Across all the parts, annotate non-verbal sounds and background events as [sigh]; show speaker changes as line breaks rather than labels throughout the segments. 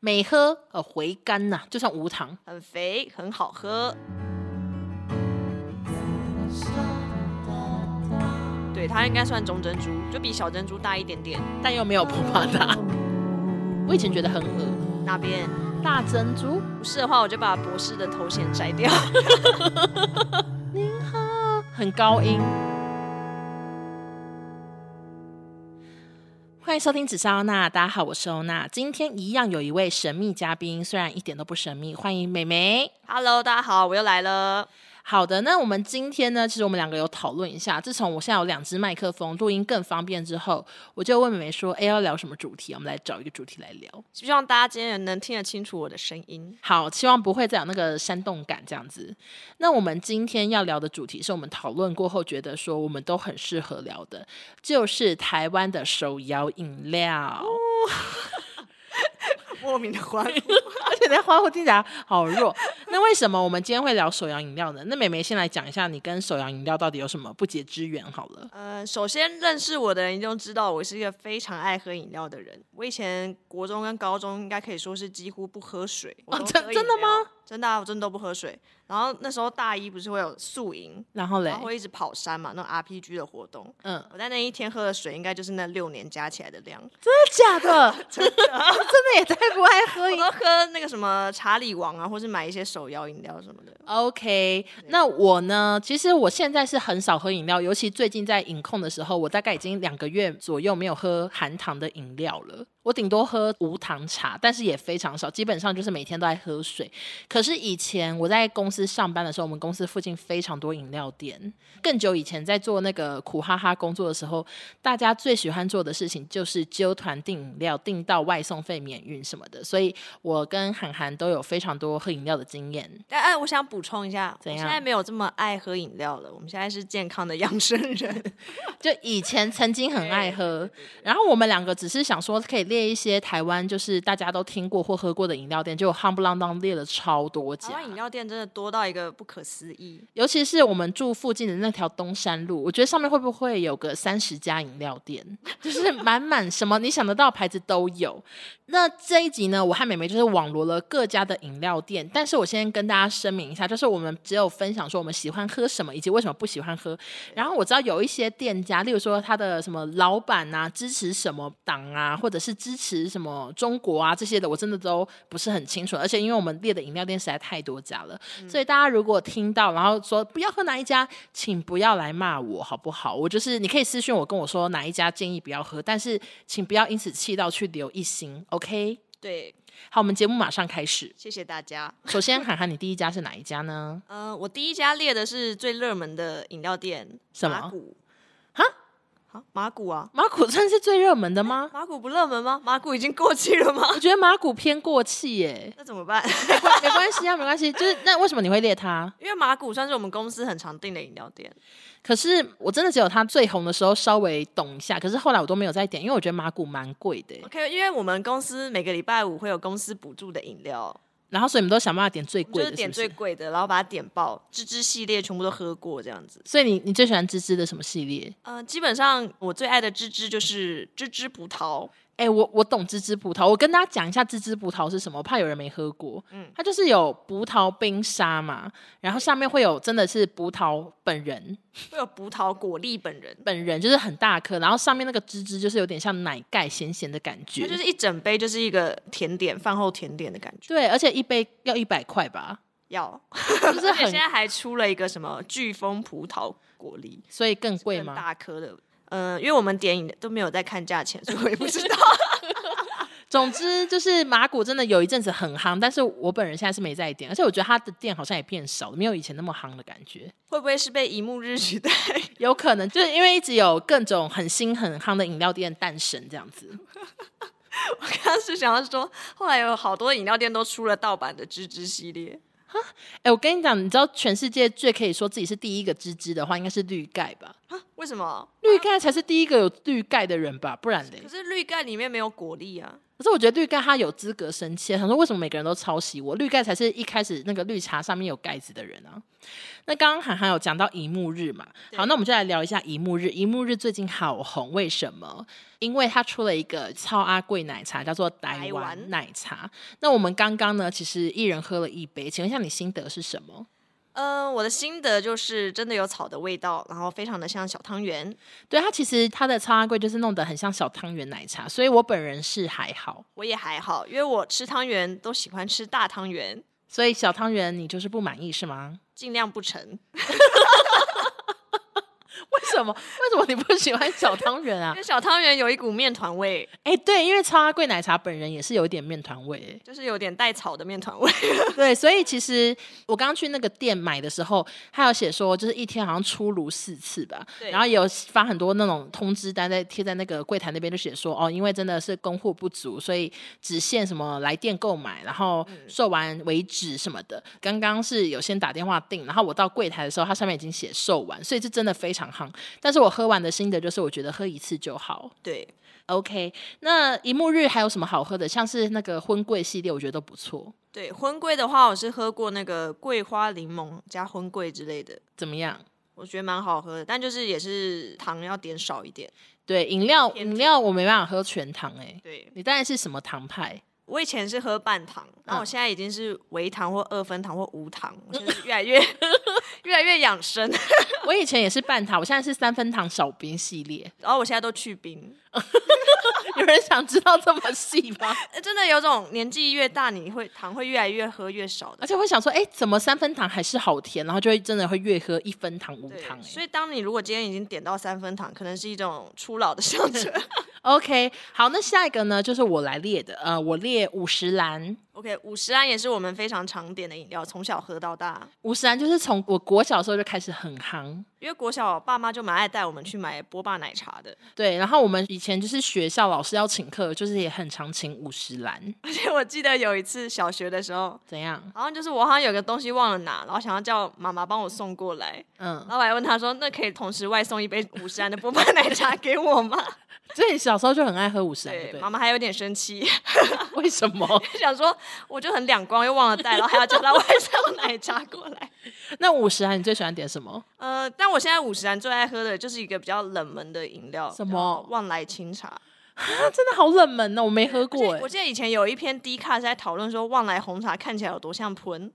每喝呃回甘呐、就算无糖。
很肥，很好喝。对，它应该算中珍珠，就比小珍珠大一点点。
但又没有破巴达。我以前觉得很恶
那边
大珍珠。
不是的话，我就把博士的头衔摘掉。 [laughs]
您好，很高音。欢迎收听紫砂欧娜，大家好，我是欧娜。今天一样有一位神秘嘉宾，虽然一点都不神秘，欢迎美眉。
Hello，大家好，我又来了。
好的，那我们今天呢，其实我们两个有讨论一下。自从我现在有两只麦克风，录音更方便之后，我就问美美说：“哎，要聊什么主题啊？我们来找一个主题来聊。
希望大家今天能听得清楚我的声音”。
好，希望不会再有那个煽动感这样子。那我们今天要聊的主题是我们讨论过后觉得说我们都很适合聊的，就是台湾的手摇饮料。
[laughs] 莫名的欢呼。
而且那欢呼听起来好弱。那为什么我们今天会聊手摇饮料呢？那美美先来讲一下你跟手摇饮料到底有什么不解之缘好了。
呃，首先认识我的人一定知道，我是一个非常爱喝饮料的人。我以前国中跟高中应该可以说是几乎不喝水。我
哦
都
真
喝饮
真的
料
吗？
真的、啊，我真的都不喝水。然后那时候大一不是会有宿营，
然后嘞
然，后会一直跑山嘛，那种 RPG 的活动。
嗯，
我在那一天喝的水，应该就是那六年加起来的量。
真的假的？ [laughs] 真的真的也太不爱喝
我。都喝那个什么查理王啊，或是买一些手摇饮料什么的。
OK，那我呢？其实我现在是很少喝饮料，尤其最近在饮控的时候，我大概已经两个月左右没有喝含糖的饮料了。我顶多喝无糖茶，但是也非常少，基本上就是每天都在喝水。可是以前我在公司上班的时候，我们公司附近非常多饮料店。更久以前在做那个苦哈哈工作的时候，大家最喜欢做的事情就是揪团订饮料，订到外送费免运什么的。所以我跟涵涵都有非常多喝饮料的经验。
但哎，我想补充一下，我
怎样
现在没有这么爱喝饮料了，我们现在是健康的养生人。
就以前曾经很爱喝，然后我们两个只是想说可以列一些台湾就是大家都听过或喝过的饮料店，就夯不啷当列了超多
台
家，
啊湾饮料店真的多到一个不可思议。
尤其是我们住附近的那条东山路，我觉得上面会不会有个三十家饮料店， [laughs] 就是满满什么你想得到的牌子都有。那这一集呢，我和美美就是网罗了各家的饮料店，但是我先跟大家声明一下，就是我们只有分享说我们喜欢喝什么，以及为什么不喜欢喝。然后我知道有一些店家，例如说他的什么老板啊，支持什么党啊，或者是支持什么中国啊这些的，我真的都不是很清楚。而且因为我们列的饮料店实在太多家了，所以大家如果听到然后说不要喝哪一家，请不要来骂我好不好？我就是你可以私信我跟我说哪一家建议不要喝，但是请不要因此气到去留一星，OK？
对，
好，我们节目马上开始。
谢谢大家。
首先，涵涵，你第一家是哪一家呢？
呃，我第一家列的是最热门的饮料店，
什么
马古？
哈？
好，马古啊？
马古算是最热门的吗？
马古不热门吗？马古已经过气了吗？、
我觉得马古偏过气耶
[laughs] 那怎么办？
没关系啊，没关系。就是那为什么你会列它？
[laughs] 因为马古算是我们公司很常订的饮料店，
可是我真的只有它最红的时候稍微懂一下，可是后来我都没有再点，因为我觉得马古蛮贵的耶、
OK，因为我们公司每个礼拜五会有公司补助的饮料，
然后所以你们都想办法点最
我
贵
们就
的
是点
是不是
最贵的，然后把它点爆，芝芝系列全部都喝过这样子。
所以你你最喜欢芝芝的什么系列？
嗯、基本上我最爱的芝芝就是芝芝葡萄，
哎、我我懂芝芝葡萄，我跟大家讲一下芝芝葡萄是什么，我怕有人没喝过。嗯，它就是有葡萄冰沙嘛，然后下面会有真的是葡萄本人，
会有葡萄果粒本人，
本人就是很大颗，然后上面那个芝芝就是有点像奶盖咸咸的感觉，
它就是一整杯就是一个甜点，饭后甜点的感觉。
对，而且一杯要一百块 [laughs] 吧，
要，
就是
而且现
很
在还出了一个什么飓风葡萄果粒，
所以更贵
更
吗？
大颗的。嗯、因为我们点饮都没有在看价钱，所以我也不知 [laughs] 道。
总之就是马古真的有一阵子很夯，但是我本人现在是没在点，而且我觉得它的店好像也变少了，没有以前那么夯的感觉。
会不会是被一幕日取代？ [laughs]
有可能就是因为一直有各种很新很夯的饮料店诞生这样子。
我刚刚是想要说，后来有好多饮料店都出了盗版的芝芝系列，
哎、我跟你讲，你知道全世界最可以说自己是第一个芝芝的话，应该是绿盖吧？
啊为什么？
绿盖才是第一个有绿盖的人吧？不然嘞
可，是绿盖里面没有果粒啊，
可是我觉得绿盖他有资格生气，想说为什么每个人都抄袭我？绿盖才是一开始那个绿茶上面有盖子的人啊。那刚刚涵涵有讲到一幕日嘛，好，那我们就来聊一下一幕日。一幕日最近好红，为什么？因为它出了一个超阿贵奶茶，叫做台
台
湾
湾
奶茶。那我们刚刚呢，其实一人喝了一杯，请问一下你心得是什么？
嗯、我的心得就是真的有草的味道，然后非常的像小汤圆。
对它其实它的超阿贵就是弄得很像小汤圆奶茶，所以我本人是还好，
我也还好，因为我吃汤圆都喜欢吃大汤圆，
所以小汤圆你就是不满意是吗？
尽量不成，
[laughs] 为什么？为什么你不喜欢小汤圆啊
因？为小汤圆有一股面团味，
[laughs] 哎、对，因为超阿贵奶茶本人也是有一点面团味、欸
就是有点带草的面团味。 [laughs]
对，所以其实我刚刚去那个店买的时候，他有写说，就是一天好像出炉四次吧，
对
然后也有发很多那种通知单在贴在那个柜台那边，就写说哦，因为真的是供货不足，所以只限什么来店购买，然后售完为止什么的。刚刚是有先打电话订，然后我到柜台的时候，它上面已经写售完，所以这真的非常夯。但是我喝完的心得就是，我觉得喝一次就好。
对，
OK，那一幕日还有什么好喝的？像是那个婚柜系列，我觉得都不错。
对，荤桂的话，我是喝过那个桂花柠檬加荤桂之类的，
怎么样？
我觉得蛮好喝的，但就是也是糖要点少一点。
对，饮料
偏
饮料我没办法喝全糖哎、
对
你大概是什么糖派？
我以前是喝半糖，那我
嗯
现在已经是微糖或二分糖或无糖，我就是越来越 [laughs] 越来越养生。 [laughs]
我以前也是半糖，我现在是三分糖少冰系列。
然后我现在都去冰，
有人想知道这么细
[laughs]
吗？
呃真的有种年纪越大，你会糖会越来越喝越少的
而。且会想说，哎、怎么三分糖还是好甜？然后就会真的会越喝一分糖无
对
糖哎、
所以当你如果今天已经点到三分糖，可能是一种初老的象征。
[laughs] OK，好，那下一个呢，就是我来列的。呃，我列五十兰，
OK，五十安也是我们非常常点的饮料，从小喝到大。
五十兰就是从我国小的时候就开始很夯。
因为国小爸妈就蛮爱带我们去买波霸奶茶的， [laughs]
对，然后我们以前就是学校老师要请客，就是也很常请五十兰，
而且我记得有一次小学的时候，
怎样？
好像就是我好像有个东西忘了拿，然后想要叫妈妈帮我送过来，
嗯
然，后我还问他说：“那可以同时外送一杯五十安的波霸奶
[laughs]
茶给我吗
所以小时候就很爱喝五？”十兰，对
对，
不
妈
对？
妈还有点生气， [laughs]
为什么？
就想说我就很两光又忘了带，然后还要叫他外送奶茶过来。
那五十兰你最喜欢点什么？
呃，但我现在五十安最爱喝的就是一个比较冷门的饮料，
什么
叫旺来清茶。
啊，真的好冷门哦，我没喝过
而且
哎
我。记得以前有一篇 D 卡是在讨论说旺来红茶看起来有多
[laughs]
像喷，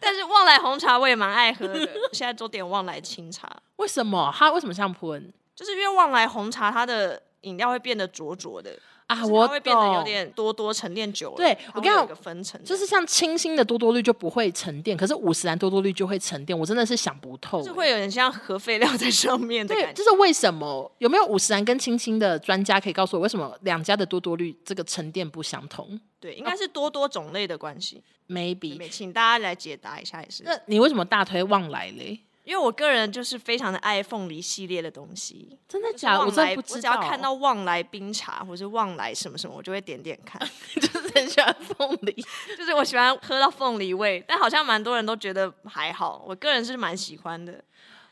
但是旺来红茶我也蛮爱喝的，我现在都点旺来清茶，
为什么？它为什么像喷
就是因为旺来红茶它的饮料会变得浊浊的，
啊？
就是它
我
会变得有
懂
点多多沉淀久了，
对
它
我
会
跟你
有
讲
一个分层，
就是像清新的多多绿就不会沉淀，可是五十兰多多绿就会沉淀，我真的是想不透
就是
欸。
会有点像核废料在上面的
对，
感觉。
就是为什么有没有五十兰跟清新的专家可以告诉我，为什么两家的多多绿这个沉淀不相同
对，应该是多多种类的关系。
？Maybe，
对请大家来解答一下，也是，
那你为什么大推旺来嘞？
因为我个人就是非常的爱凤梨系列的东西。
真的
就是
假的？啊 [laughs]
旺
我真
来
的不
我
知
只
道。
要看到旺来冰茶或是旺来什么什么，我就会点点看。
就是很喜欢凤梨，
就是我喜欢喝到凤梨味，但好像蛮多人都觉得还好，我个人是蛮喜欢的。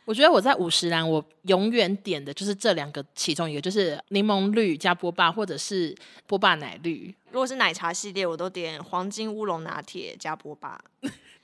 我觉得我在五十兰，我永远点的就是这两个，其中一个就是柠檬绿加波霸，或者是波霸奶绿。
如果是奶茶系列，我都点黄金乌龙拿铁加波霸。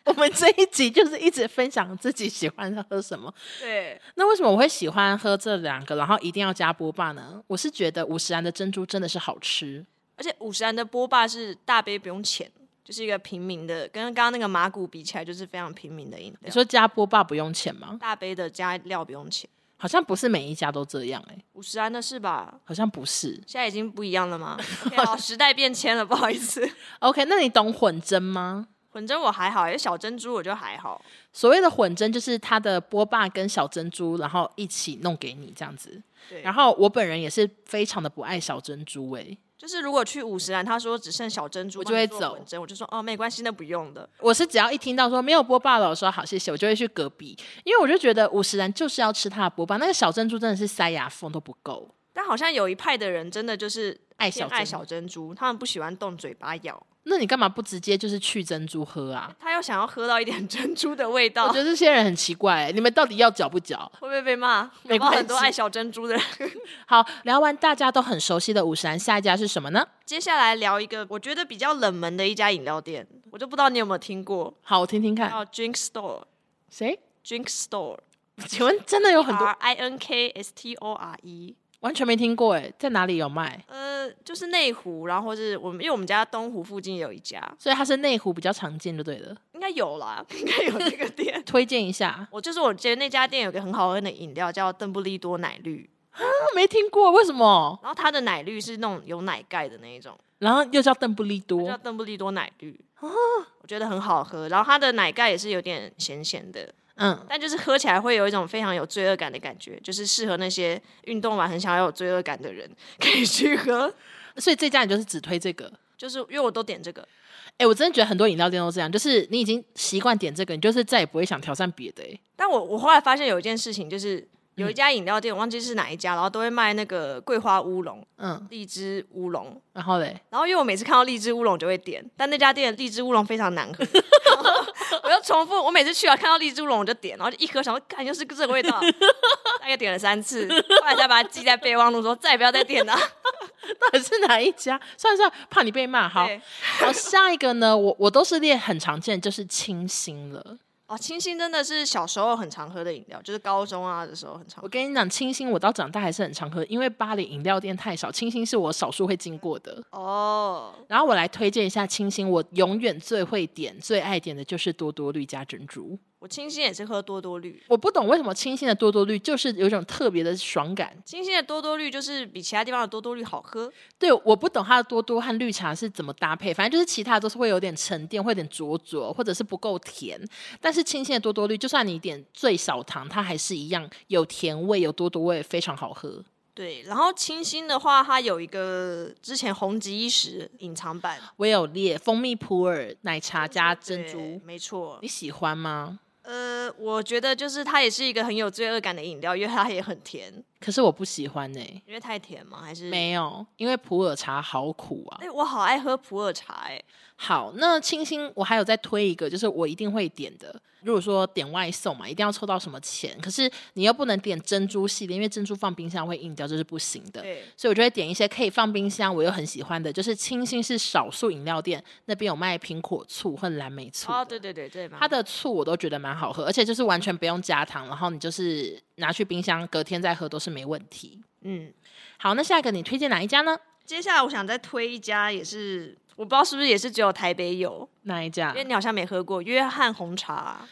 我们这一集就是一直分享自己喜欢喝什么。
对，
那为什么我会喜欢喝这两个，然后一定要加波霸呢？我是觉得五十兰的珍珠真的是好吃，
而且五十兰的波霸是大杯不用钱，就是一个平民的，跟刚刚那个马古比起来，就是非常平民的饮
你
料。
说加波霸不用钱吗？
大杯的加料不用钱，
好像不是每一家都这样哎、
五十兰的是吧？
好像不是。
现在已经不一样了
[laughs]
吗？OK，好，时代变迁了，不好意思。
OK，那你懂混蒸吗？
混蒸我还好，因为小珍珠我就还好。
所谓的混蒸就是它的波霸跟小珍珠，然后一起弄给你这样子。
对
然后我本人也是非常的不爱小珍珠欸诶、
就是如果去五十兰，他说只剩小珍珠，
我就会
帮你做
走
混蒸，我就说哦，没关系，那不用的。
我是只要一听到说没有波霸了，我说好谢谢，我就会去隔壁，因为我就觉得五十兰就是要吃它的波霸，那个小珍珠真的是塞牙缝都不够。
但好像有一派的人真的就是
爱小
偏
珍
爱
珠
小珍珠，他们不喜欢动嘴巴咬，
那你干嘛不直接就是去珍珠喝啊？
他又想要喝到一点珍珠的味道，
我觉
会
得这些人很奇怪、欸你们到底要搅不搅？
不会被骂？
没
有没有
关
很多
系
爱小珍珠的人。 [laughs]
好，聊完大家都很熟悉的五十岚，下一家是什么呢？
接下来聊一个我觉得比较冷门的一家饮料店，我就不知道你有没有听过，
好，我听听看，
叫 Drink Store。
谁？ [laughs]
Drink Store，
请问真的有很多
R I N K S T O R E，
完全没听过哎，在哪里有卖？
呃，就是内湖，然后是我们，因为我们家东湖附近有一家，
所以它是内湖比较常见就对了，。
应该有啦， [laughs] 应该有这个店
推荐一下。
我就是我觉得那家店有个很好喝的饮料叫邓布利多奶绿，
啊，没听过，为什么？
然后它的奶绿是那种有奶盖的那一种，
然后又叫邓布利
它叫
多，
邓布利多奶绿。我觉得很好喝，然后它的奶盖也是有点咸咸的，
[laughs] 嗯，
但就是喝起来会有一种非常有罪恶感的感觉，就是适合那些运动完很想要有罪恶感的人 [laughs] 可以去喝。
所以这家你就是只推这个。
就是因为我都点这个，
哎、我真的觉得很多饮料店都这样，就是你已经习惯点这个，你就是再也不会想挑战别的、欸。
但我我后来发现有一件事情，就是有一家饮料店，我忘记是哪一家，然后都会卖那个桂花乌龙、
嗯，
荔枝乌龙。
然后嘞，
然后因为我每次看到荔枝乌龙就会点，但那家店的荔枝乌龙非常难喝， [laughs] 然后我就重复，我每次去啊看到荔枝乌龙我就点，然后就一喝想说，看又是这个味道， [laughs] 大概点了三次，后来才把它记在备忘录，说再也不要再点了。
到底是哪一家？算了算了，怕你被骂。好
对，
好，下一个呢，我我都是列很常见，就是清新了。
哦，清新真的是小时候很常喝的饮料，就是高中啊的时候很常
我
喝。
跟你讲，清新我到长大还是很常喝，因为巴黎饮料店太少，清新是我少数会经过的。
哦，
然后我来推荐一下清新，我永远最会点、最爱点的就是多多绿加珍珠。
我清新也是喝多多绿，
我不懂为什么清新的多多绿就是有一种特别的爽感。
清新的多多绿就是比其他地方的多多绿好喝。
对，我不懂它的多多和绿茶是怎么搭配，反正就是其他的都是会有点沉淀，会有点灼灼，或者是不够甜。但是清新的多多绿，就算你点最少糖，它还是一样有甜味，有多多味，非常好喝。
对，然后清新的话，它有一个之前红极一时隐藏版
我有列蜂蜜普洱奶茶加珍
对
珠，
没错
你。喜欢吗？
呃，我觉得就是它也是一个很有罪恶感的饮料，因为它也很甜，
可是我不喜欢呢、
因为太甜嘛，还是。
没有，因为普洱茶好苦啊
哎、。我好爱喝普洱茶、哎，
好，那清新我还有再推一个，就是我一定会点的。如果说点外送嘛，一定要抽到什么钱，可是你又不能点珍珠系列，因为珍珠放冰箱会硬掉，这是不行的。
对，哦
所以我就会点一些可以放冰箱，我又很喜欢的，就是清新是少数饮料店那边有卖苹果醋或蓝莓醋
哦，
的
对对对对，
它的醋我都觉得蛮好喝，而且就是完全不用加糖，然后你就是拿去冰箱，隔天再喝都是没问题。
嗯，
好，那下一个你推荐哪一家呢？
接下来我想再推一家，也是我不知道是不是也是只有台北有，
哪一家
因为？你好像没喝过约翰红茶啊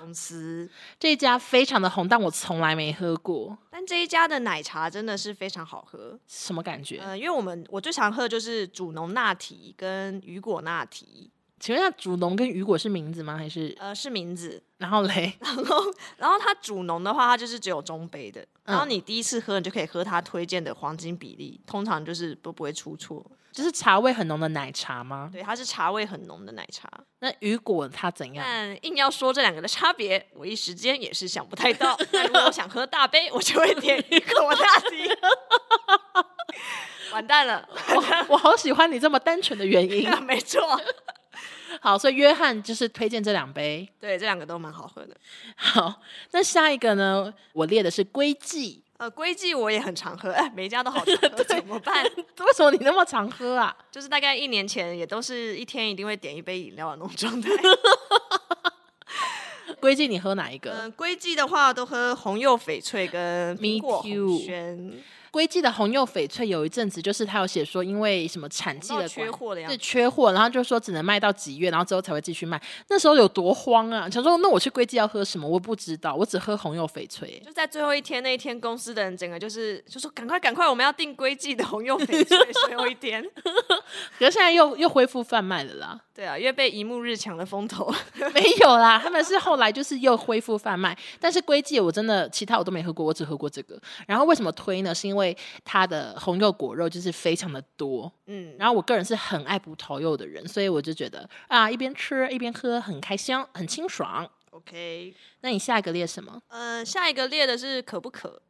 公司，
这一家非常的红，但我从来没喝过，
但这一家的奶茶真的是非常好喝。
什么感觉？
呃，因为我们我最常喝就是主浓拿提跟雨果拿提，
请问一下，主农跟雨果是名字吗？还是
呃是名字。
然后嘞？ [laughs]
然后它主浓的话，它就是只有中杯的。然后
嗯
你第一次喝，你就可以喝它推荐的黄金比例，通常就是都不会出错。
就是茶味很浓的奶茶吗？
对，它是茶味很浓的奶茶。
那雨果它怎样？
但硬要说这两个的差别，我一时间也是想不
[laughs]
太到。但如果我想喝大杯，我就会点一口大提。 [laughs] 完蛋了，
[laughs] 我我好喜欢你这么单纯的原
[laughs]
因。
没错，
好，所以约翰就是推荐这两杯。
对，这两个都蛮好喝的。
好，那下一个呢？我列的是龟记。
呃，龟记我也很常喝，哎，每一家都好常 [laughs] 喝，怎么办？
为什么你那么常喝啊？
就是大概一年前，也都是一天一定会点一杯饮料的那种状 [laughs] 态。
龟记你喝哪一
嗯、
个？
龟记的话都喝红柚翡翠跟
Me
苹果
too
红轩，
龟记的红柚翡翠有一阵子就是他有写说，因为什么产季
红
的
到缺
关
货的样
对
子。
缺货，然后就说只能卖到几月，然后之后才会继续卖。那时候有多慌啊！想说那我去龟记要喝什么？我不知道，我只喝红柚翡翠。
就在最后一天那一天，公司的人整个就是就说赶快赶快，我们要订龟记的红柚翡 [laughs] 翠最后一天。
可是现在又又恢复贩卖了
[laughs]
啦，
对啊，因为被一幕日抢了风头。
没有啦，他们是后来就是又恢复贩卖，但是龟记我真的其他我都没喝过，我只喝过这个。然后为什么推呢？是因为它的红柚果肉就是非常的多，
嗯，
然后我个人是很爱葡萄柚的人，所以我就觉得啊，一边吃一边喝很开心，很清爽。
OK，
那你下一个列什么？
呃，下一个列的是可不可？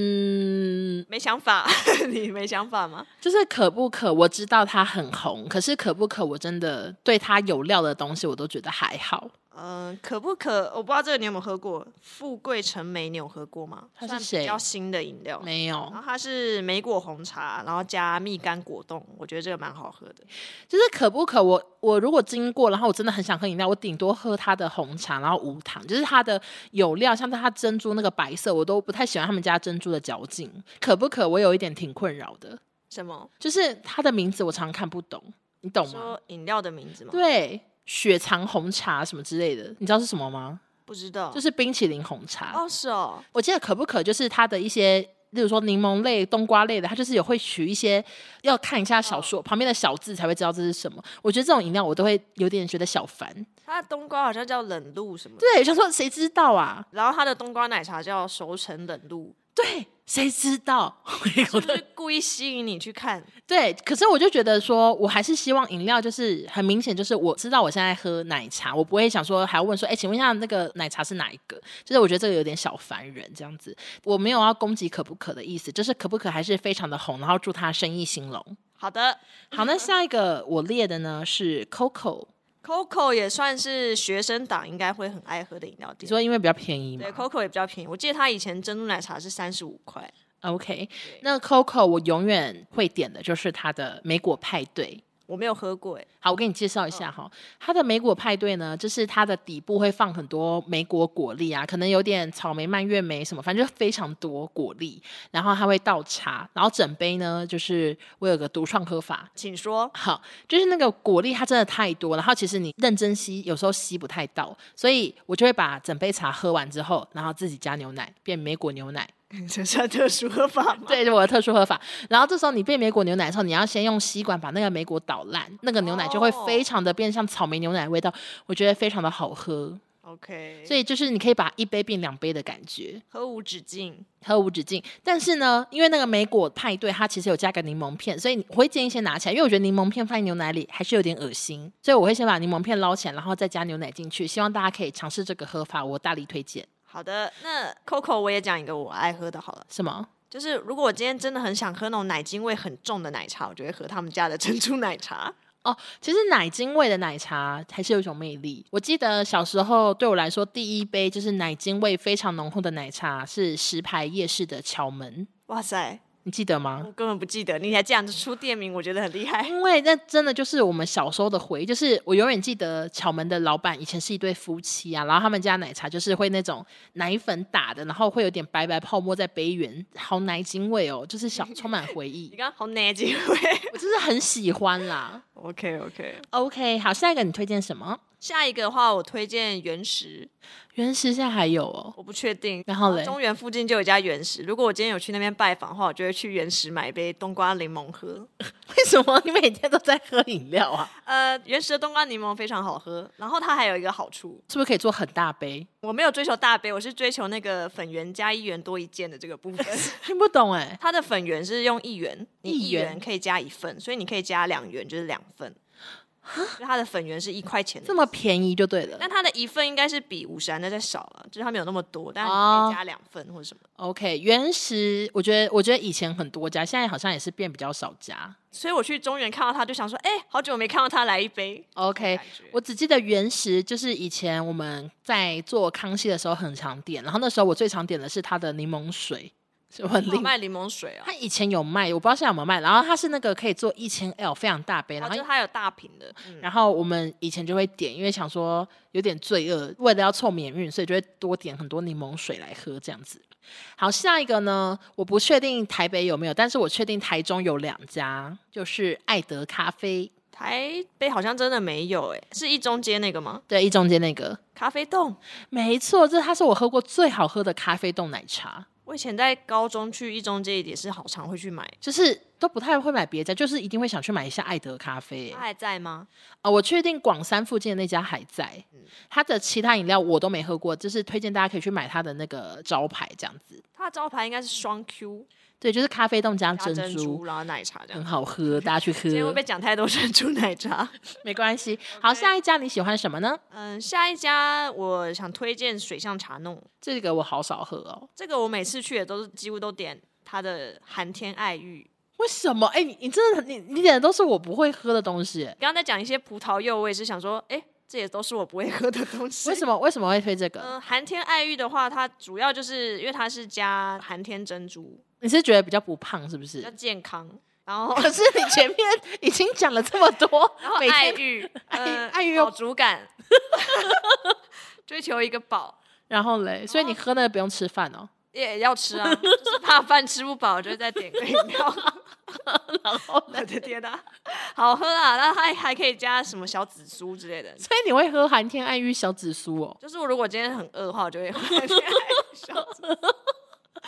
嗯，
没想法， [laughs] 你没想法吗？
就是可不可，我知道它很红，可是可不可，我真的对它有料的东西，我都觉得还好。
嗯、可不可？我不知道这个你有没有喝过，富贵橙莓，你有喝过吗？
它是
算
谁
比较新的饮料。
没
然
有，
后它是莓果红茶，然后加蜜柑果冻，我觉得这个蛮好喝的。
就是可不可我，我如果经过，然后我真的很想喝饮料，我顶多喝它的红茶，然后无糖，就是它的有料，像它珍珠那个白色，我都不太喜欢他们家珍珠的嚼劲。可不可，我有一点挺困扰的，
什么？
就是它的名字我常常看不懂，你懂吗？
说饮料的名字吗？
对，雪藏红茶什么之类的，你知道是什么吗？
不知道。
就是冰淇淋红茶。
哦，是哦，
我记得可不可就是它的一些，例如说柠檬类、冬瓜类的，它就是有会取一些要看一下小说、旁边的小字才会知道这是什么。我觉得这种饮料我都会有点觉得小烦，
它的冬瓜好像叫冷露什么的，
对，想说谁知道啊？
然后它的冬瓜奶茶叫熟成冷
[laughs]
露，
对，谁知道？
是不是故意吸引你去看？
对，可是我就觉得说，我还是希望饮料就是很明显，就是我知道我现在喝奶茶，我不会想说还要问说，哎，请问一下那个奶茶是哪一个？就是我觉得这个有点小烦人这样子，我没有要攻击可不可的意思，就是可不可还是非常的红，然后祝他生意兴隆。
好的
好，那下一个我列的呢是 Coco，
，Coco 也算是学生党应该会很爱喝的饮料
你
店。
说因为比较便宜嘛
对，Coco 也比较便宜，我记得它以前珍珠奶茶是三十五块。
？OK，那 Coco 我永远会点的就是它的莓果派对。
我没有喝过 [laughs] 哎、
好，我给你介绍一下哈，它的莓果派对呢，就是它的底部会放很多莓果果粒啊，可能有点草莓、蔓越莓什么，反正就非常多果粒。然后它会倒茶，然后整杯呢，就是我有个独创喝法，
请说。
好，就是那个果粒它真的太多，然后其实你认真吸，有时候吸不太到，所以我就会把整杯茶喝完之后，然后自己加牛奶，变莓果牛奶，
这算特殊喝法 [laughs] 吗？
对，我的特殊喝法。然后这时候你变莓果牛奶的时候，你要先用吸管把那个莓果捣烂，那个牛奶就会
哦
非常的变像草莓牛奶的味道，我觉得非常的好喝。
，OK，
所以就是你可以把一杯变两杯的感觉。
喝无止境。
喝无止境。但是呢，因为那个莓果派对它其实有加个柠檬片，所以我会建议先拿起来，因为我觉得柠檬片放在牛奶里还是有点恶心，所以我会先把柠檬片捞起来，然后再加牛奶进去。希望大家可以尝试这个喝法，我大力推荐。
好的，那 Coco 我也讲一个我爱喝的好了，
什么？
就是如果我今天真的很想喝那种奶精味很重的奶茶，我就会喝他们家的珍珠奶茶。
哦，其实奶精味的奶茶还是有一种魅力。我记得小时候对我来说，第一杯就是奶精味非常浓厚的奶茶是石牌夜市的巧门，
[laughs] 哇塞，
你记得吗？
我根本不记得，你还这样子出店名，我觉得很厉害。
因为那真的就是我们小时候的回忆，就是我永远记得巧门的老板以前是一对夫妻啊，然后他们家奶茶就是会那种奶粉打的，然后会有点白白泡沫在杯缘，好奶精味哦，就是小充满回
[laughs] 你
忆，
刚刚好奶精 [laughs] 味。
我就是很喜欢啦。
OK OK，
OK，好，下一个你推荐什么？
下一个的话，我推荐原石，
原石现在还有哦， [laughs]
我不确定。
然后嘞，
中原附近就有一家原石，如果我今天有去那边拜访的话，我就会去原石买一杯冬瓜柠檬喝。
为什么你每天都在喝饮料啊？
呃，原石的冬瓜柠檬非常好喝，然后它还有一个好处，
是不是可以做很大杯？ [laughs]
我没有追求大杯，我是追求那个粉圆加一元多一件的这个部分。
[laughs] 听不懂哎、
它的粉圆是用一元，你
一
一
元
元可以加一份，所以你可以加两元，就是两份。就它的粉圆是一块钱的
啊这，么便宜就对了。
但它的一份应该是比五十元的再少了，就是它没有那么多，但你
哦
可以加两份或者什么。
OK，原石我觉得我觉得以前很多家，现在好像也是变比较少家。
所以我去中原看到它，就想说，哎、好久没看到它，来一杯。
哦 OK，
感觉
我只记得原石就是以前我们在做康熙的时候很常点，然后那时候我最常点的是它的柠檬水，是我很
好
厉害。
卖柠檬水哦，
它以前有卖，我不知道现在有没有卖。然后它是那个可以做一千 L 非常大杯，
然
然
后
后
就它有大瓶的，嗯，
然后我们以前就会点，因为想说有点罪恶，为了要凑免运，所以就会多点很多柠檬水来喝这样子。好，下一个呢，我不确定台北有没有，但是我确定台中有两家，就是爱德咖啡，
台北好像真的没有、哎，是一中街那个吗？
对，一中间那个。
咖啡冻。
没错，这它是我喝过最好喝的咖啡冻奶茶，
我以前在高中去一中街也是好常会去买，
就是都不太会买别家，就是一定会想去买一下爱德咖啡、
它
啊、
还在吗？
我确定广山附近的那家还在，它的其他饮料我都没喝过，就是推荐大家可以去买它的那个招牌这样子。
它的招牌应该是双 Q，
对，就是咖啡冻加
加
珍
珍
珠，嗯
珠，然后奶茶这
很
样。
好喝，大家去
今天会
喝
不，会讲太多珍珠奶茶？
[laughs]
[laughs]
没关系。好，下一家你喜欢什么呢？
嗯，下一家我想推荐水象茶弄，
这个我好少喝哦，
这个我每次去也都是几乎都点它的寒天爱玉。
为什么？哎、你你真的你你点的都是我不会喝的东西，
刚刚在讲一些葡萄柚，我也是想说，哎、这也都是我不会喝的东西。
为什么为什么会推这个？
嗯，寒天爱玉的话，它主要就是因为它是加寒天珍珠，
你是觉得比较不胖是不
比较
是？
健康。然
[laughs]
后，
可是你前面已经讲了这么多
然后，
每
爱
天
[laughs] 玉，
爱
呃
爱玉又
饱足感， [laughs] 追求一个饱，
然后嘞，
哦
所以你喝那个不用吃饭哦。
也要吃啊，就
[laughs]
是怕饭吃不饱，就再点个饮料。
然后
[laughs] 我的天哪、好喝啊！然后还还可以加什么小紫苏之类的。
所以你会喝寒天爱玉小紫苏哦。
就是我如果今天很饿的话，我就会喝
[laughs]
寒天爱玉小紫苏。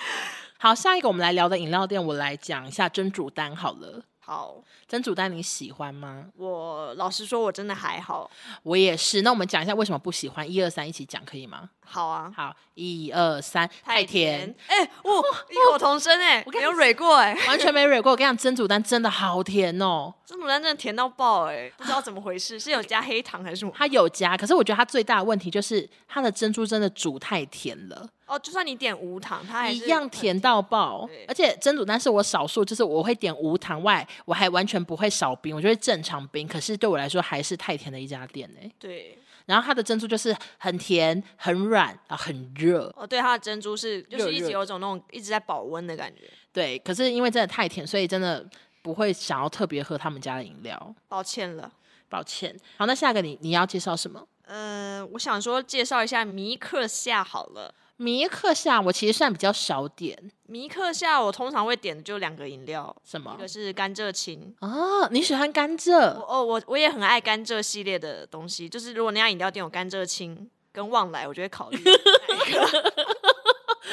好，下一个我们来聊的饮料店，我来讲一下珍珠丹好了。
好，
珍珠丹你喜欢吗？
我老实说，我真的还好，
我也是。那我们讲一下为什么不喜欢，一二三一起讲可以吗？
好啊。
好，一二三，太甜，，
哎、
[laughs]
哦，异口同声哎、
我
我
跟
没
你
有蕊过哎、
完全没蕊过。我跟你讲，珍珠丹真的好甜哦。
这牡丹真的甜到爆哎、不知道怎么回事，是有加黑糖还是什么？
它有加，可是我觉得它最大的问题就是它的珍珠真的煮太甜了。
哦，就算你点无糖，它还
一
是
样甜到爆
对，
而且珍珠丹是我少数，就是我会点无糖外，我还完全不会少冰，我就会正常冰。可是对我来说还是太甜的一家店哎、
对，
然后它的珍珠就是很甜、很软啊、很热，
哦，对，它的珍珠是就是一
热
直
热
有种那种一直在保温的感觉。
对。可是因为真的太甜，所以真的不会想要特别喝他们家的饮料，
抱歉了，
抱歉。好，那下一个你你要介绍什么？
呃，我想说介绍一下米克夏好了。
米克夏我其实算比较少点
米克夏我通常会点的就两个饮料，
什么
一个是甘蔗青。
啊？你喜欢甘
我
蔗？
哦，我我也很爱甘蔗系列的东西，就是如果那家饮料店有甘蔗青跟旺来，我就会
[laughs]
考虑哪一个。
[laughs]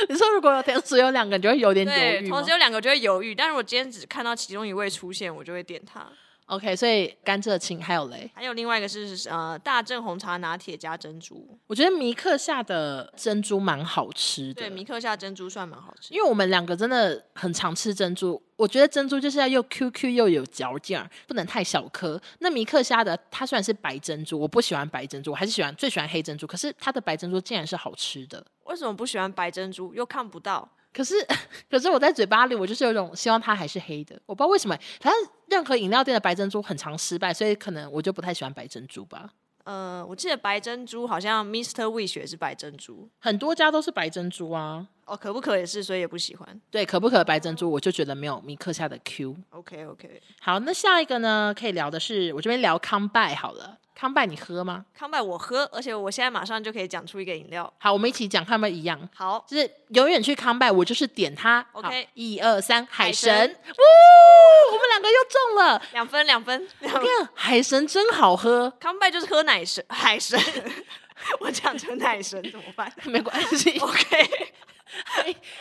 你说如果有甜只有两个，你就会有点犹
对，
豫
同
吗
时有两个我就会犹豫，但是我今天只看到其中一位出现，我就会点它。
？OK，所以甘蔗青还有嘞。
还有另外一个是呃大正红茶拿铁加珍珠，
我觉得米克夏的珍珠蛮好吃的
对，，米克夏珍珠算蛮好吃。
因为我们两个真的很常吃珍珠。我觉得珍珠就是要又 Q Q 又有嚼劲儿，不能太小颗。那米克夏的它虽然是白珍珠，我不喜欢白珍珠，我还是喜欢最喜欢黑珍珠。可是它的白珍珠竟然是好吃的。
为什么不喜欢白珍珠？又看不到，
可是， [laughs] 可是我在嘴巴里，我就是有一种希望它还是黑的。我不知道为什么，反正任何饮料店的白珍珠很常失败，所以可能我就不太喜欢白珍珠吧。
呃，我记得白珍珠好像 Mr. Wish 也是白珍珠，
很多家都是白珍珠啊，
哦，可不可也是，所以也不喜欢。
对，可不可白珍珠，我就觉得没有米克夏的 Q。
OK OK，
好，那下一个呢？可以聊的是，我这边聊康拜好了。康拜你喝吗？
康拜我喝，而且我现在马上就可以讲出一个饮料。
好，我们一起讲康拜一样，
好，
就是永远去康拜，我就是点它。好
OK
一二三，海神，
神
呜，我们两个又中了。
两分两分。
我跟你讲，海神真好喝， [laughs]
康拜就是喝奶神， [laughs] 海神，我讲成奶神怎么办
没关系。
哦？OK，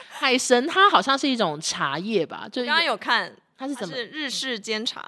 海神它好像是一种茶叶吧，就是
[laughs] 刚刚有看，
它是
它
怎么？
是日式煎茶，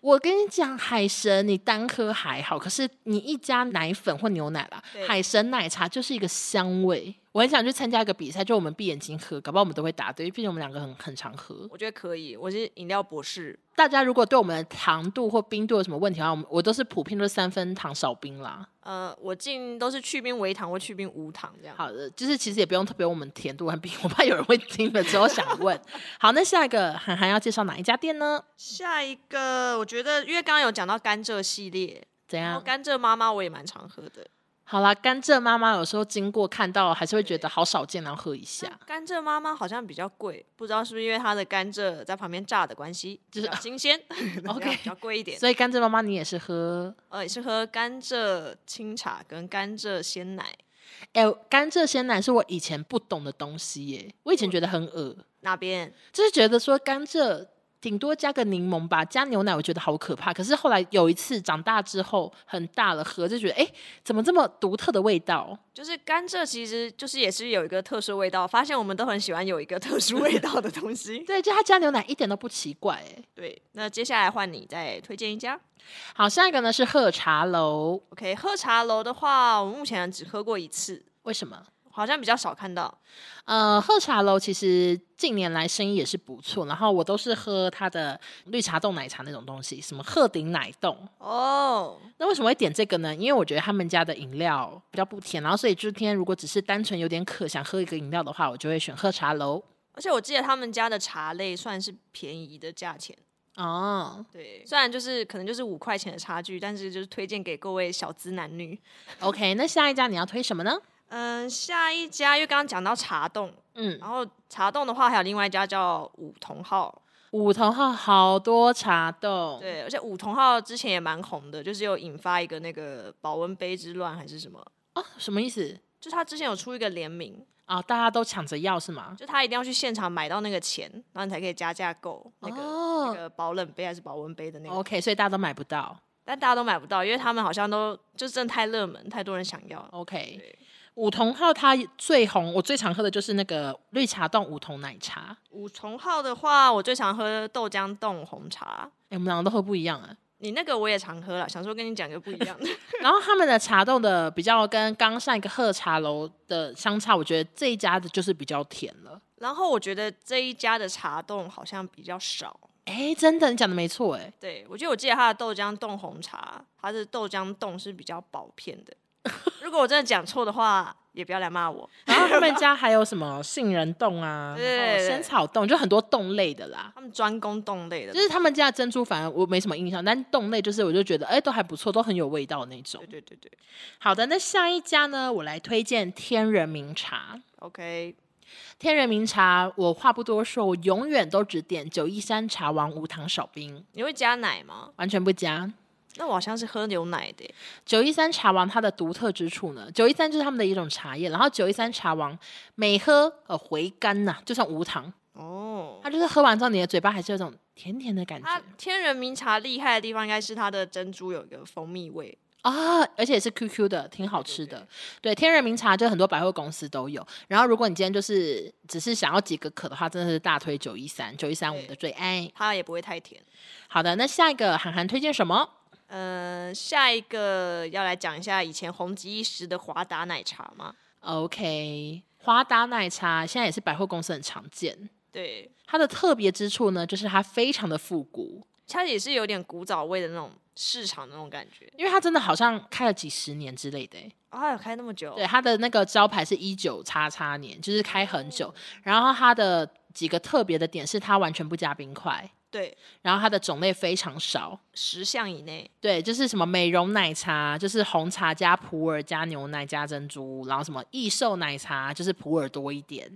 我跟你讲，海神你单喝还好，可是你一加奶粉或牛奶啦，
对
海神奶茶就是一个香味。我很想去参加一个比赛，就我们闭眼睛喝，搞不好我们都会答对，毕竟我们两个很很常喝。
我觉得可以，我是饮料博士。
大家如果对我们的糖度或冰度有什么问题的话，我们我都是普遍都是三分糖少冰啦。
呃，我进都是去冰微糖或去冰无糖这样。
好的，就是其实也不用特别问我们甜度和冰，我怕有人会听了之后想问。好，那下一个涵涵要介绍哪一家店呢？
下一个，我觉得因为刚刚有讲到甘蔗系列，
怎
然后
样？
甘蔗妈妈我也蛮常喝的。
好啦，甘蔗妈妈有时候经过看到还是会觉得好少见，然后喝一下。
甘蔗妈妈好像比较贵，不知道是不是因为它的甘蔗在旁边榨的关系，
就是
比较新 [laughs] 鲜
OK
比较贵一点。
所以甘蔗妈妈你也是喝，
呃，也是喝甘蔗清茶跟甘蔗鲜奶，
哎、甘蔗鲜奶是我以前不懂的东西耶，我以前觉得很恶，
那边
就是觉得说甘蔗顶多加个柠檬吧，加牛奶我觉得好可怕。可是后来有一次长大之后很大了喝，就觉得哎、怎么这么独特的味道？
就是甘蔗，其实就是也是有一个特殊味道。发现我们都很喜欢有一个特殊味道的东西。 [laughs]
对，就它加牛奶一点都不奇怪哎。
对，那接下来换你再推荐一家。
好，下一个呢是喝茶楼，
OK，喝茶楼的话，我目前只喝过一次。
为什么？
好像比较少看到。
呃，喝茶楼其实近年来生意也是不错，然后我都是喝它的绿茶冻奶茶那种东西，什么鹤顶奶冻。
哦，
那为什么会点这个呢？因为我觉得他们家的饮料比较不甜，然后所以今天如果只是单纯有点渴，想喝一个饮料的话，我就会选喝茶楼。
而且我记得他们家的茶类算是便宜的价钱，
哦
对，虽然就是可能就是五块钱的差距，但是就是推荐给各位小资男女。
[laughs] ，OK，那下一家你要推什么呢？
嗯，下一家因为刚刚讲到茶冻，
嗯，
然后茶冻的话还有另外一家叫五同号，
五头号好多茶冻，
对，而且五同号之前也蛮红的，就是有引发一个那个保温杯之乱还是什么，
哦，什么意思？
就是他之前有出一个联名，
啊、大家都抢着要是吗？
就他一定要去现场买到那个钱，然后你才可以加价购那个、那
哦
个保冷杯还是保温杯的那个，
，OK，所以大家都买不到。
但大家都买不到，因为他们好像都就真的太热门，太多人想要了。
OK，
对
五桐号它最红，我最常喝的就是那个绿茶冻五桐奶茶。
五重号的话，我最常喝豆浆冻红茶，
哎、我们两个都喝不一样啊。
你那个我也常喝了，想说跟你讲个不一样的。
然后他们的茶冻的比较跟刚上一个喝茶楼的相差，我觉得这一家的就是比较甜了。
然后我觉得这一家的茶冻好像比较少，
哎、真的，你讲的没错，哎，
对我记得我记得它的豆浆冻红茶，它的豆浆冻是比较薄片的。如果我真的讲错的话，也不要来骂我。
[laughs] 然后他们家还有什么杏仁冻啊，
对对
然后
对
仙草冻，就很多冻类的啦。
他们专攻冻类的，
就是他们家的珍珠，反而我没什么印象，但冻类就是我就觉得，哎、都还不错，都很有味道那种
对。对对对
好的，那下一家呢，我来推荐天人茗茶。
，OK，
天人茗茶，我话不多说，我永远都只点九一三茶王无糖少冰，
你会加奶吗？
完全不加。
那我好像是喝牛奶的耶，
九一三茶王它的独特之处呢，九一三就是他们的一种茶叶，然后九一三茶王每喝呃回甘呐、就算无糖，
哦，
它就是喝完之后你的嘴巴还是有一种甜甜的感觉
它天人茗茶厉害的地方应该是它的珍珠有一个蜂蜜味，
啊，而且是 QQ 的，挺好吃的。对，天人茗茶就很多百货公司都有，然后如果你今天就是只是想要几个可的话，真的是大推九一三，九一三我们的最爱。
它也不会太甜。
好的，那下一个韩寒推荐什么？
嗯，下一个要来讲一下以前红极一时的华达奶茶嘛，
OK，华达奶茶现在也是百货公司很常见。
对，
它的特别之处呢，就是它非常的复古，
它也是有点古早味的那种市场那种感觉。
因为它真的好像开了几十年之类的欸、
哦，它有开那么久？
对，，它的那个招牌是一九叉叉年，就是开很久。然后它的几个特别的点是，它完全不加冰块，
对，
然后它的种类非常少。
十项以内。
对，就是什么美容奶茶，就是红茶加普洱加牛奶加珍珠，然后什么益寿奶茶就是普洱多一点。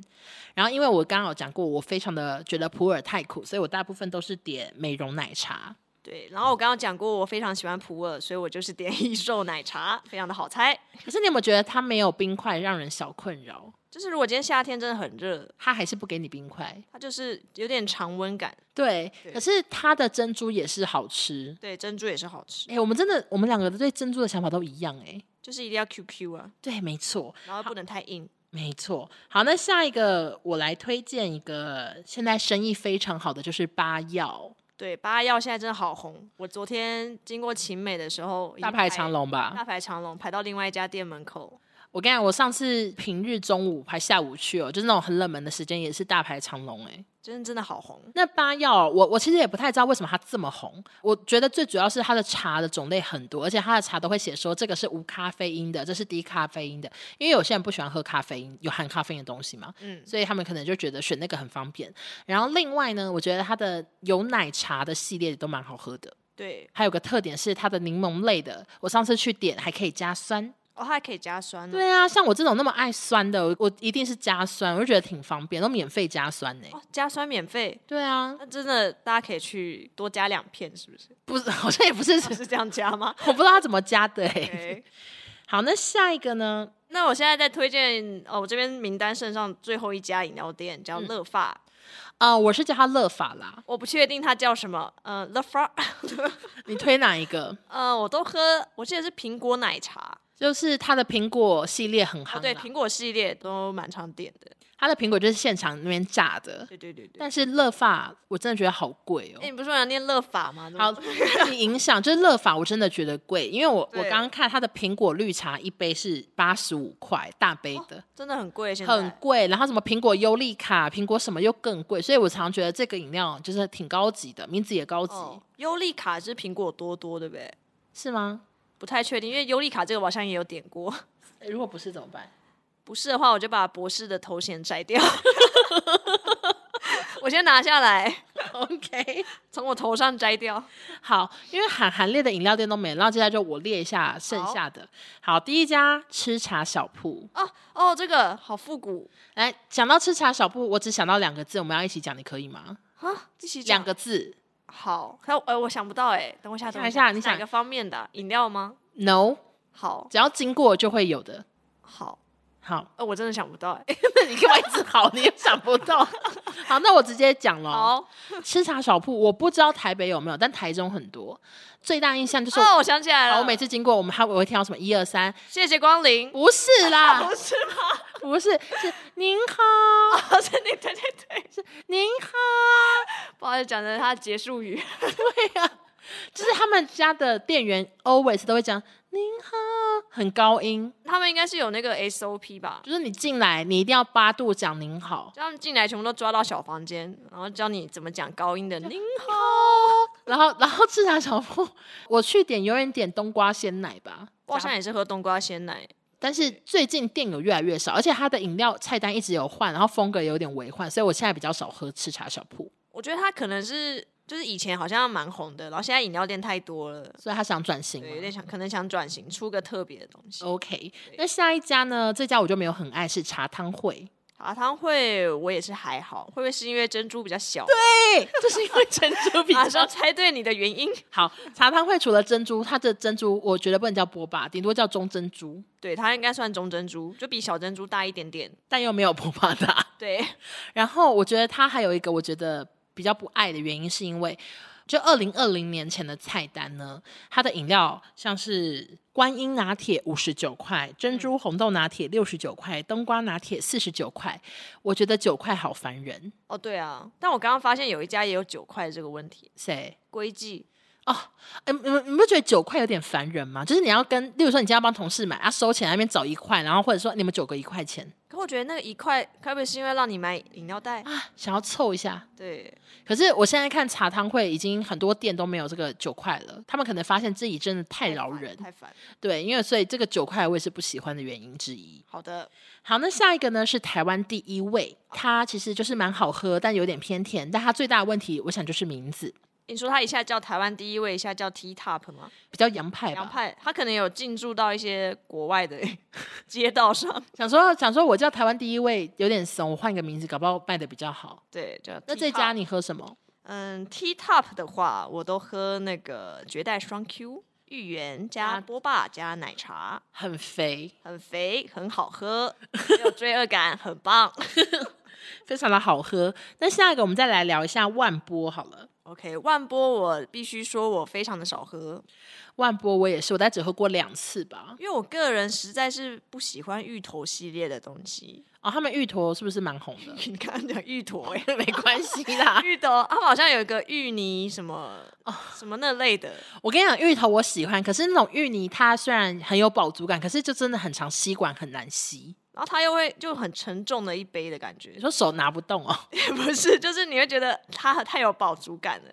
然后因为我刚刚有讲过，我非常的觉得普洱太苦，所以我大部分都是点美容奶茶。
对，然后我刚刚讲过，我非常喜欢普洱，所以我就是点益寿奶茶，非常的好猜。
可是你有没有觉得它没有冰块，让人小困扰？
就是如果今天夏天真的很热，
它还是不给你冰块。
它就是有点常温感。
对，
对
可是它的珍珠也是好吃。
对，珍珠也是好吃，
哎、我们真的，我们两个对珍珠的想法都一样哎、
就是一定要 QQ 啊，
对，没错，
然后不能太硬。
没错。好，那下一个我来推荐一个现在生意非常好的，就是八药
对，八药现在真的好红。我昨天经过晴美的时候，已经
大排长龙啊吧
排，。大排长龙排到另外一家店门口。
我跟你讲，我上次平日中午还下午去哦，就是那种很冷门的时间，也是大排长龙哎、
真的真的好红，
那八药，我我其实也不太知道为什么它这么红。我觉得最主要是它的茶的种类很多，而且它的茶都会写说这个是无咖啡因的，这是低咖啡因的。因为有些人不喜欢喝咖啡因，有含咖啡因的东西嘛，
嗯
所以他们可能就觉得选那个很方便。然后另外呢，我觉得它的有奶茶的系列也都蛮好喝的。
对，
还有个特点是它的柠檬类的，我上次去点还可以加酸。
哦，它还可以加酸、哦，
对啊，像我这种那么爱酸的，我我一定是加酸，我就觉得挺方便，都免费加酸呢、
哦，加酸免费，
对啊，
那真的大家可以去多加两片，是不是？ [laughs]
不是好像也不是
是这样加
[laughs]
吗
我不知道他怎么加的、欸。
？OK，
[laughs] 好，那下一个呢？
那我现在在推荐哦，我这边名单剩上最后一家饮料店叫
嗯
乐发，
啊，我是叫他乐法啦。
我不确定它叫什么，呃，乐发，
你推哪一个？
[laughs] 呃，我都喝，我记得是苹果奶茶，
就是它的苹果系列很
哦，
夯、
对，苹果系列都蛮常点的，
它的苹果就是现场那边炸的。
对对对对。
但是乐法我真的觉得好贵哦
哎、。你不是说要念乐法吗？怎么
好，那你影响就是乐法，我真的觉得贵，因为我我
对
刚刚看它的苹果绿茶一杯是八十五块大杯的，
真的很贵，现在
很贵。然后什么苹果优利卡、苹果什么又更贵，所以我常觉得这个饮料就是挺高级的，名字也高级，
哦。优利卡是苹果多多，对不对？
是吗？
不太确定，因为优利卡这个我好像也有点过。 [laughs]
诶哎如果不是怎么办？
不是的话，我就把博士的头衔摘掉， [laughs] 我先拿下来，
[laughs] OK，
从我头上摘掉。
好，因为韩韩列的饮料店都没了，然后接下来就我列一下剩下的。好，第一家吃茶小铺。
哦哦，这个好复古
来，讲到吃茶小铺，我只想到两个字，我们要一起讲，你可以吗？
啊！一起讲
两个字
好，还有呃，我想不到哎、等我一下，
想
等我
一下你
是哪
想
个方面的啊饮料吗？
，No，
好
只要经过就会有的。
好，
好，
呃，我真的想不到哎、
那 [laughs] 你干嘛一直好？你又想不到。 [laughs] 好，那我直接讲喽。
好
[laughs] 吃茶小铺，我不知道台北有没有，但台中很多。最大印象就是我，
哦，我想起来
好
了，
我每次经过，我们还我会听到什么一二三，
谢谢光临，
不是 [laughs] 啦，
不是吗？
不是，是您好，
哦，是你，对对对， [laughs]
您好。 [laughs]
不好意思，讲的他的结束语，
就是他们家的店员 always 都会讲“您好”，很高音，
他们应该是有那个 SOP 吧？
就是你进来你一定要八度讲“您好
就他们进来全部都抓到小房间，然后教你怎么讲高音的。您好，”，
然后然后吃茶小铺，我去点永远点冬瓜鲜奶吧，
我好像也是喝冬瓜鲜奶，
但是最近店有越来越少，而且它的饮料菜单一直有换，然后风格有点微换，所以我现在比较少喝吃茶小铺，
我觉得他可能是就是以前好像蛮红的，然后现在饮料店太多了，
所以他想转型
对，有
嘛。
点想可能想转型出个特别的东西。
OK，那下一家呢？这家我就没有很爱，是茶汤
[laughs]
会。
茶汤会我也是还好，会不会是因为珍珠比较小？
哎，就是因为珍珠比
马
较
上猜对你的原因。
好，茶汤会除了珍珠，它的珍珠我觉得不能叫波霸，顶多叫中珍珠，
对，它应该算中珍珠，就比小珍珠大一点点。
但又没有波霸大。
对，
然后我觉得它还有一个我觉得比较不爱的原因，是因为就二零二零年前的菜单呢，它的饮料像是观音拿铁五十九块，珍珠红豆拿铁六十九块，冬瓜拿铁四十九块，我觉得九块好烦人。
哦对啊，但我刚刚发现有一家也有九块这个问题，
谁？
归记。
哎、你们你不觉得九块有点烦人吗？就是你要跟，例如说你今天要帮同事买，啊收钱那边找一块，然后或者说你们九个一块钱，
可我觉得那个一块，该不会是因为让你买饮料袋？
啊，想要凑一下。
[gasps] 对，
可是我现在看茶汤会，已经很多店都没有这个九块了。他们可能发现自己真的太饶
烦
人，
太烦了。
对，因为所以这个九块我也是不喜欢的原因之一。
好的，
好，那下一个呢是台湾第一味，它其实就是蛮好喝，但有点偏甜。但它最大的问题，我想就是名字
你说他一下叫台湾第一位，一下叫 T Top 吗？
比较洋派
洋
吧。
派，他可能有进驻到一些国外的 [laughs] 街道上。
想说想说我叫台湾第一味有点怂，我换一个名字，搞不好卖的比较好。
对，叫 T
那这家
Top
你喝什么？
嗯，T Top 的话，我都喝那个绝代双 Q 芋圆加
加
波霸加奶茶，
很肥，
很肥，很好 [laughs] 喝，没有罪恶感，很棒。
非常的好喝。那下一个我们再来聊一下万波好了。
OK，万波我必须说我非常的少喝，
万波我也是，我大概只喝过两次吧。
因为我个人实在是不喜欢芋头系列的东西。 [laughs]
哦，他们芋头是不是蛮红的？ [laughs]
你刚刚讲芋头、欸，
没关系啦，
[laughs] 芋头，他们好像有一个芋泥什么、什么那类的，
我跟你讲，芋头我喜欢，可是那种芋泥它虽然很有饱足感，可是就真的很长，吸管很难吸。
然后它又会就很沉重的一杯的感觉
[laughs] 你，说手拿不动哦？
不是，就是你会觉得它太有饱足感了。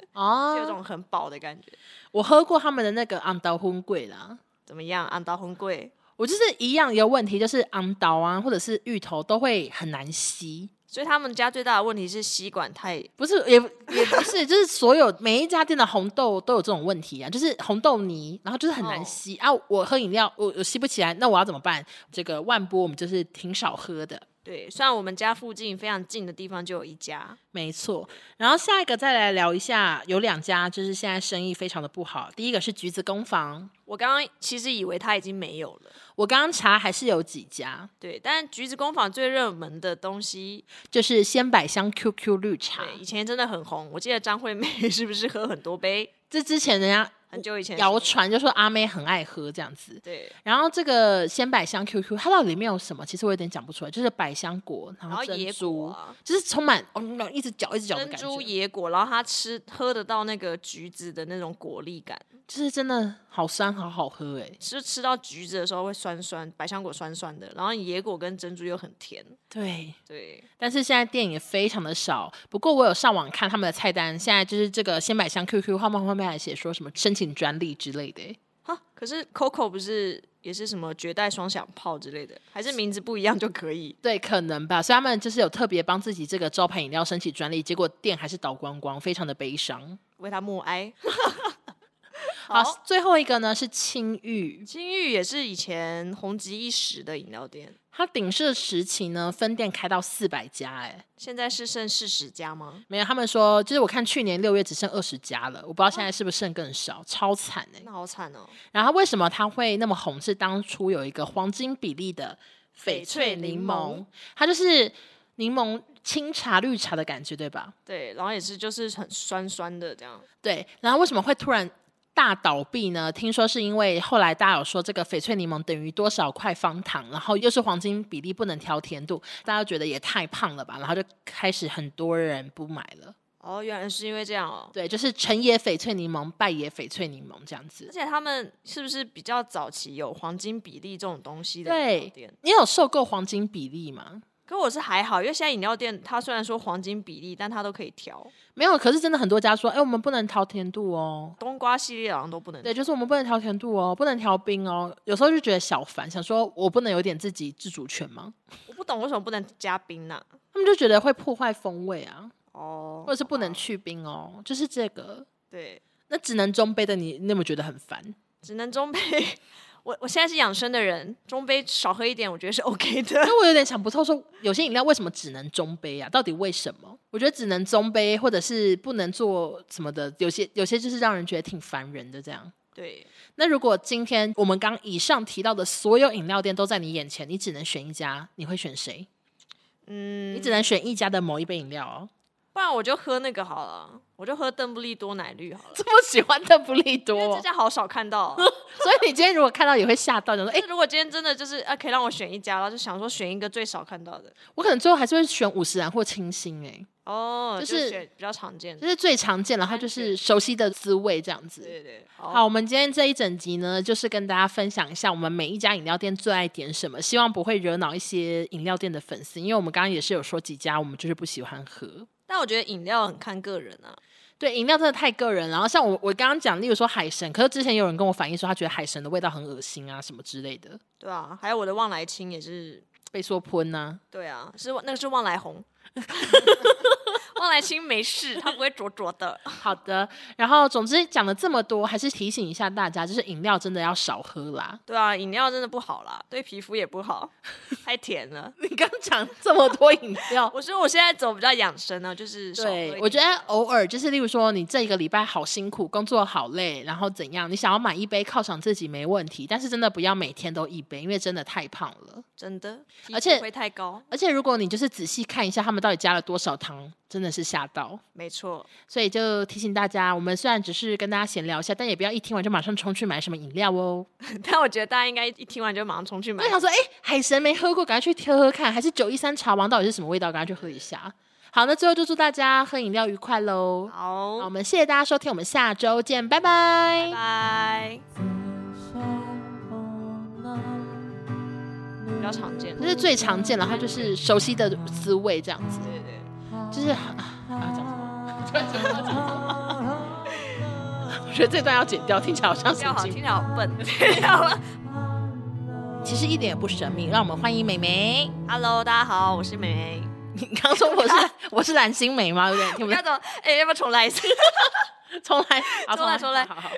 就有一
哦，
种很饱的感觉。
我喝过他们的那个昂刀荤桂啦，
怎么样？安达红贵，
我就是一样有问题，就是昂刀啊，或者是芋头都会很难吸。
所以他们家最大的问题是吸管太
不是，也也不是，就是所有每一家店的红豆都有这种问题啊，就是红豆泥，然后就是很难
哦
吸、啊。我喝饮料，我我吸不起来，那我要怎么办？这个万波我们就是挺少喝的，
对。虽然我们家附近非常近的地方就有一家，
没错。然后下一个再来聊一下，有两家就是现在生意非常的不好，第一个是橘子工坊，
我刚刚其实以为它已经没有了。
我刚刚查还是有几家，
对，但橘子工坊最热门的东西，
就是鲜百香 QQ 绿茶，
[laughs] 对，以前真的很红。我记得张惠妹是不是喝很多杯？
这之前人家
很久以前的
谣
事情
传就说阿妹很爱喝这样子。
对，
然后这个鲜百香 QQ，它到底里面有什么？其实我有点讲不出来，就是百香果，然
然后
后
野
珍
果
珠，
啊、
就是充满哦，no，一直嚼一直嚼的
珍
感
珠
觉，
野果，然后他吃喝得到那个橘子的那种果粒感，
就是真的好酸，好好喝哎、
吃吃到橘子的时候会酸酸，百香果酸酸的，然后野果跟珍珠又很甜，
对，
对，
但是现在电影也非常的少。不过我有上网看他们的菜单，现在就是这个鲜百香 QQ 画面后面还写说什么申请专利之类的、欸，
哈，啊可是 Coco 不是也是什么绝代双响炮之类的，还是名字不一样就可以？
对，可能吧。所以他们就是有特别帮自己这个招牌饮料申请专利，结果店还是倒光光，非常的悲伤。
为他默哀。 [laughs]
好，
好，
最后一个呢是青玉，
金玉也是以前红极一时的饮料店，
它鼎盛时期呢分店开到四百家、欸，哎，
现在是剩四十家吗？
没有，他们说就是我看去年六月只剩二十家了，我不知道现在是不是剩更少，超惨哎、
那好惨哦！
然后为什么它会那么红？是当初有一个黄金比例的翡翠柠檬，它就是柠檬清茶绿茶的感觉，对吧？
对，然后也是就是很酸酸的这样，
对。然后为什么会突然大倒闭呢？听说是因为后来大家有说这个翡翠柠檬等于多少块方糖，然后又是黄金比例，不能调甜度，大家觉得也太胖了吧，然后就开始很多人不买了。
哦，原来是因为这样哦。
对，就是成也翡翠柠檬，败也翡翠柠檬这样
而
子。
且他们是不是比较早期有黄金比例这种东西的饮料店？
你有受够黄金比例吗？
可我是还好，因为现在饮料店它虽然说黄金比例，但它都可以调。
没有，可是真的很多家说，哎、我们不能调甜度哦。
冬瓜系列好像都不能。
对，就是我们不能调甜度哦，不能调冰哦。有时候就觉得小烦，想说我不能有点自己自主权吗？
我不懂为什么不能加冰呢、
他们就觉得会破坏风味啊，
哦，
或者是不能去冰哦，就是这个。
对，
那只能中杯的你，你有没有觉得很烦？ [laughs]
只能中杯。 [laughs] 我我现在是养生的人，中杯少喝一点，我觉得是 OK 的。
那我有点想不透说，有些饮料为什么只能中杯啊？到底为什么？我觉得只能中杯，或者是不能做什么的，有些有些就是让人觉得挺烦人的这样。
对，
那如果今天我们刚以上提到的所有饮料店都在你眼前，你只能选一家，你会选谁？
嗯，
你只能选一家的某一杯饮料哦。 [laughs]
不然我就喝那个好了，我就喝邓布利多奶绿好了，
这么喜欢邓布利
因为
多
这，家好少看到哦。
[laughs] 所以你今天如果看到也会吓到，想说：哎、
但如果今天真的就是啊，可以让我选一家，然后就想说选一个最少看到的
我可能最后还是会选五十岚或清新、哎，
哦，
就
就是选比较常见
这
的。
是最常见，然后就是熟悉的滋味这样子。
对对，
好，我们今天这一整集呢，就是跟大家分享一下我们每一家饮料店最爱点什么，希望不会惹恼一些饮料店的粉丝，因为我们刚刚也是有说几家我们就是不喜欢喝。
但我觉得饮料很看个人啊，
对，饮料真的太个人。然后像我，我刚刚讲，例如说海神，可是之前有人跟我反映说，他觉得海神的味道很恶心啊，什么之类的，
对啊，还有我的望来清也是，
被说喷呐、
对啊，是那个是望来
[laughs]
红，望来清没事，它不会灼灼的。
好的，然后总之讲了这么多，还是提醒一下大家，就是饮料真的要少喝啦。
对啊，饮料真的不好啦，对皮肤也不好，太甜了。
[laughs] 你刚讲这么多饮料，
我说我现在走比较养生呢、就是少喝一
对
点
我觉得偶尔就是，例如说你这一个礼拜好辛苦，工作好累，然后怎样，你想要买一杯犒赏自己没问题，但是真的不要每天都一杯，因为真的太胖了。
真的，皮
而且
肤会太高，
而且如果你就是仔细看一下他们到底加了多少糖，真的是吓到。
没错， [laughs]
所以就提醒大家，我们虽然只是跟大家闲聊一下，但也不要一听完就马上冲去买什么饮料哦。
但我觉得大家应该一听完就马上冲去买
我。想说，哎、海神没喝过，赶快去喝喝看，还是九一三茶王到底是什么味道，赶快去喝一下。好，那最后就祝大家喝饮料愉快喽。好，我
好，
们谢谢大家收听，我们下周见，拜拜
拜拜，比较常见
这。是最常见，然后就是熟悉的滋味，这样子，
对对，
就是 [laughs] 啊，讲什么？突然想到讲什么我觉得这段要剪掉，听起来好像
比
神
较好，
经
听
病
起来好笨。 [laughs]
其实一点也不神秘。让我们欢迎美眉。
Hello，大家好，我是美美。
[laughs] 你刚说我是 [laughs] 我是蓝心湄吗？有点听
不
不到
要，走，哎、要不要重来一次？
[laughs] 重来，好
重来重来
好好好